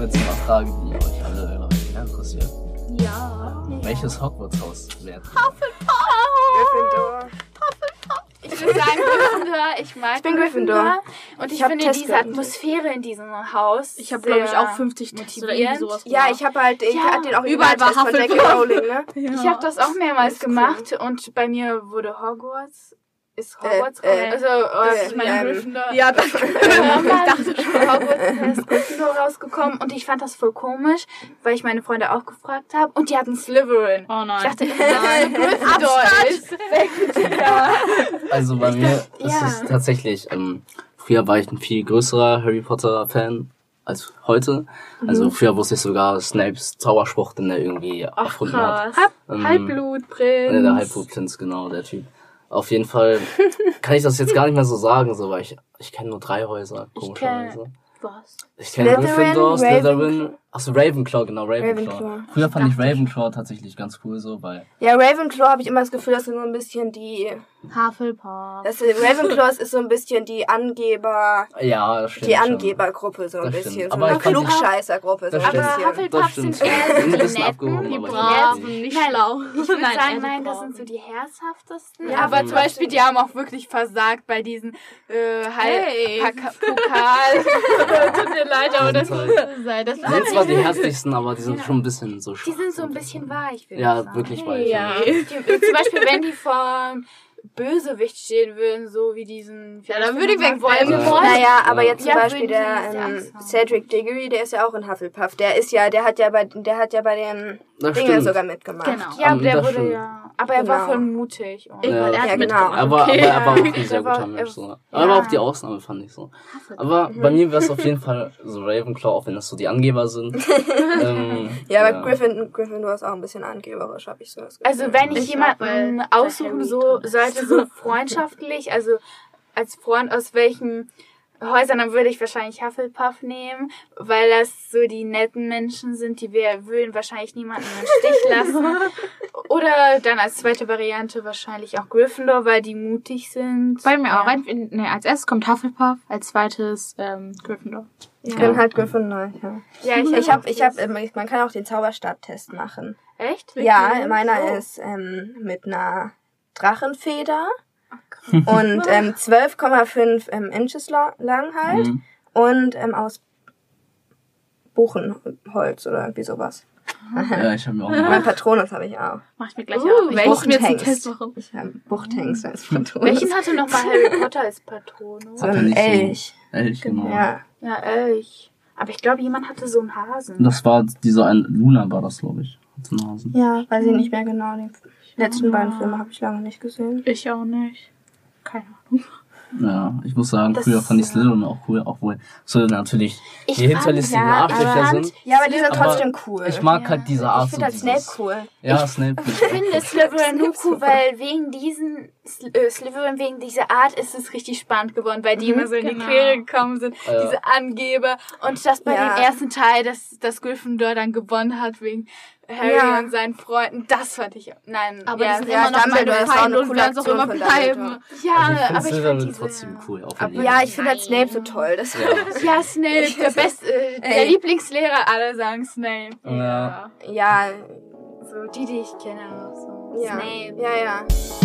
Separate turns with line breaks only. jetzt mal Frage, die euch alle, glaube ich, mehr interessiert.
Ja.
Welches Hogwarts-Haus wärt ihr?
Gryffindor.
Ich würde sagen Gryffindor. Ich mag
Ich bin Gryffindor.
Und ich,
Ich hab
finde
Test
diese
gehabt.
Atmosphäre in diesem Haus.
Ich habe, glaube ich,
sehr-
auch 50 Tests oder irgendwie
motivierend.
sowas
Ja, ich habe halt, ich
Ja,
hab den
überall war
Originaltest von Jackie
Hufflepuff.
Rowling, ne?
Ich habe das auch mehrmals
Ist cool.
gemacht und bei mir wurde Hogwarts. Ist
Äh,
Hogwarts
äh,
also äh,
äh,
ich meine
ähm,
Gryffindor.
Ja, das
Damals ist Hogwarts ist Gryffindor rausgekommen und ich fand das voll komisch, weil ich meine Freunde auch gefragt habe und die hatten Slytherin.
Oh nein.
Ich dachte, Gryffindor ist.
Also bei mir ist
ja.
es tatsächlich, ähm, früher war ich ein viel größerer Harry Potter-Fan als heute. Also früher wusste ich sogar Snapes Zauberspruch, den er irgendwie
Mhm. Ach,
erfunden hat.
krass.
Ähm,
Halbblutprinz.
Ja, der Halbblutprinz, genau, der Typ. Auf jeden Fall kann ich das jetzt gar nicht mehr so sagen, so, weil ich, ich kenne nur drei Häuser, komischerweise.
Was?
Ich kenne
Slytherin,
Gryffindor, Slytherin,
Ravenclaw.
achso, Ravenclaw, genau, Ravenclaw.
Ravenclaw.
Früher fand ich Ravenclaw tatsächlich ganz cool, so, weil
Ja, Ravenclaw habe ich immer das Gefühl, das sind so ein bisschen die,
Hufflepuff.
das Ravenclaw ist so ein bisschen die Angeber,
Ja, das stimmt.
die
schon.
Angebergruppe so ein
Das
bisschen,
stimmt.
so
Aber
eine
ich fand-
Klugscheißergruppe so
Das
ein
stimmt.
Aber
bisschen.
Das
Hufflepuffs
stimmt.
sind eher
Sind
so
ein
die
bisschen
netten,
abgehoben,
die
aber ich
brav.
weiß
nicht
Nein,
schlau.
Ich würde
Nein,
sagen,
eher
nein, das
brav.
sind so die herzhaftesten.
Ja,
aber
mhm.
zum Beispiel, die haben auch wirklich versagt bei diesen äh,
Hey.
Halb Pokal. Tut mir leid, aber das muss
Die
Sei das
sind zwar die herzlichsten, aber die sind schon ein bisschen so
Die
schwach.
sind so ein bisschen weich, würde ich
Ja,
sagen.
wirklich weich.
Ja.
ja.
Die, zum Beispiel, wenn die vor Bösewicht stehen würden, so wie diesen.
Ja, dann würde ich wegrennen
Voldemort.
wollen.
Naja, aber
Ja.
jetzt zum
Ja,
Beispiel
würden
der
sie
ähm,
Angst haben.
Cedric Diggory, der ist ja auch in Hufflepuff. Der ist ja, der hat ja bei, der hat ja bei dem
Das
Dinger
stimmt.
sogar mitgemacht.
Genau.
Ja,
Ähm,
der
das
wurde
stimmt.
ja. Aber er war
Genau.
voll mutig. Und
Ja,
er hat
Ja, genau.
mitgemacht.
Äh, Aber,
Okay.
aber er war auch ein sehr
Er war-
guter Mensch. So.
er-
Aber er war
ja.
auch die Ausnahme, fand ich so. Aber bei mir wäre es auf jeden Fall so Ravenclaw, auch wenn das so die Angeber sind. ähm,
Ja, aber Griffin, Gryffindor ist auch ein bisschen angeberisch, habe ich so das Gefühl.
Also wenn ich,
Ich glaub,
jemanden
weil
aussuchen
Harry
so,
drin ist.
sollte, so freundschaftlich, also als Freund aus welchen Häusern, dann würde ich wahrscheinlich Hufflepuff nehmen, weil das so die netten Menschen sind, die wir würden wahrscheinlich niemanden im Stich lassen. Oder dann als zweite Variante wahrscheinlich auch Gryffindor, weil die mutig sind.
Bei mir auch.
Ja.
Rein, nee, als erstes kommt Hufflepuff, als zweites ähm, Gryffindor.
ich
ja.
bin halt Gryffindor. Ja.
Ja, ich, äh,
Ich habe, ich habe, man kann auch den Zauberstabtest machen.
Echt? Oh.
Ja, meiner ist ähm, mit einer Drachenfeder und ähm, 12,5 ähm, Inches la- lang halt
Mhm.
und ähm, aus Buchenholz oder irgendwie sowas. halt. Ah.
Ja, ich habe mir auch
Mein
mal.
Patronus habe ich auch.
Mach ich mir gleich
Uh,
auf. Ich muss mir jetzt einen
Buchtengs.
Test machen.
Ich habe Buchthengst als Patronus.
Welchen hatte nochmal Harry Potter als Patronus?
So ein Elch.
Ehrlich, genau.
Ja.
Ja, Elch. Aber ich glaube, jemand hatte so einen Hasen.
Und das war dieser ein Luna war das, glaube ich. Hat's einen Hasen.
Ja, weiß ich nicht mehr genau. Die letzten beiden Filme habe ich lange nicht gesehen.
Ich auch nicht. Keine Ahnung.
Ja, ich muss sagen,
Das-
früher fand ich Slytherin auch cool, obwohl Slytherin natürlich
Ich
die hinterlistigen
fand, ja,
Arschlöcher
aber-
sind.
Ja, aber die sind
Aber
trotzdem cool.
Ich mag
Ja.
halt diese
Ich
Art
finde halt
so
Snape
dieses-
cool.
Ja, Snape. Ich
finde Slytherin nur cool, weil wegen diesen Sly- äh, Slytherin wegen dieser Art ist es richtig spannend geworden, weil die
Mhm,
immer so in die
genau.
Quere gekommen sind,
Ah, Ja.
diese Angeber und das bei
Ja.
dem ersten Teil, dass das Gryffindor dann gewonnen hat wegen Harry
Ja.
und seinen Freunden, das fand ich nein,
Aber
ja,
die sind
ja,
immer noch meine
Dumbledore ist auch
Feinde
eine
und
coole
werden es auch
Aktion
immer
von Dumbledore.
bleiben.
ja,
also ich finde
aber ich fand
Slytherin
diese,
trotzdem cool. Auch wenn
Ja, ich finde halt Snape so toll. Das
Ja.
Ja, Snape, der beste, äh, der
Ey.
Lieblingslehrer, alle sagen Snape.
Ja.
ja,
So die, die ich kenne. So.
ja.
Snape.
Ja, ja.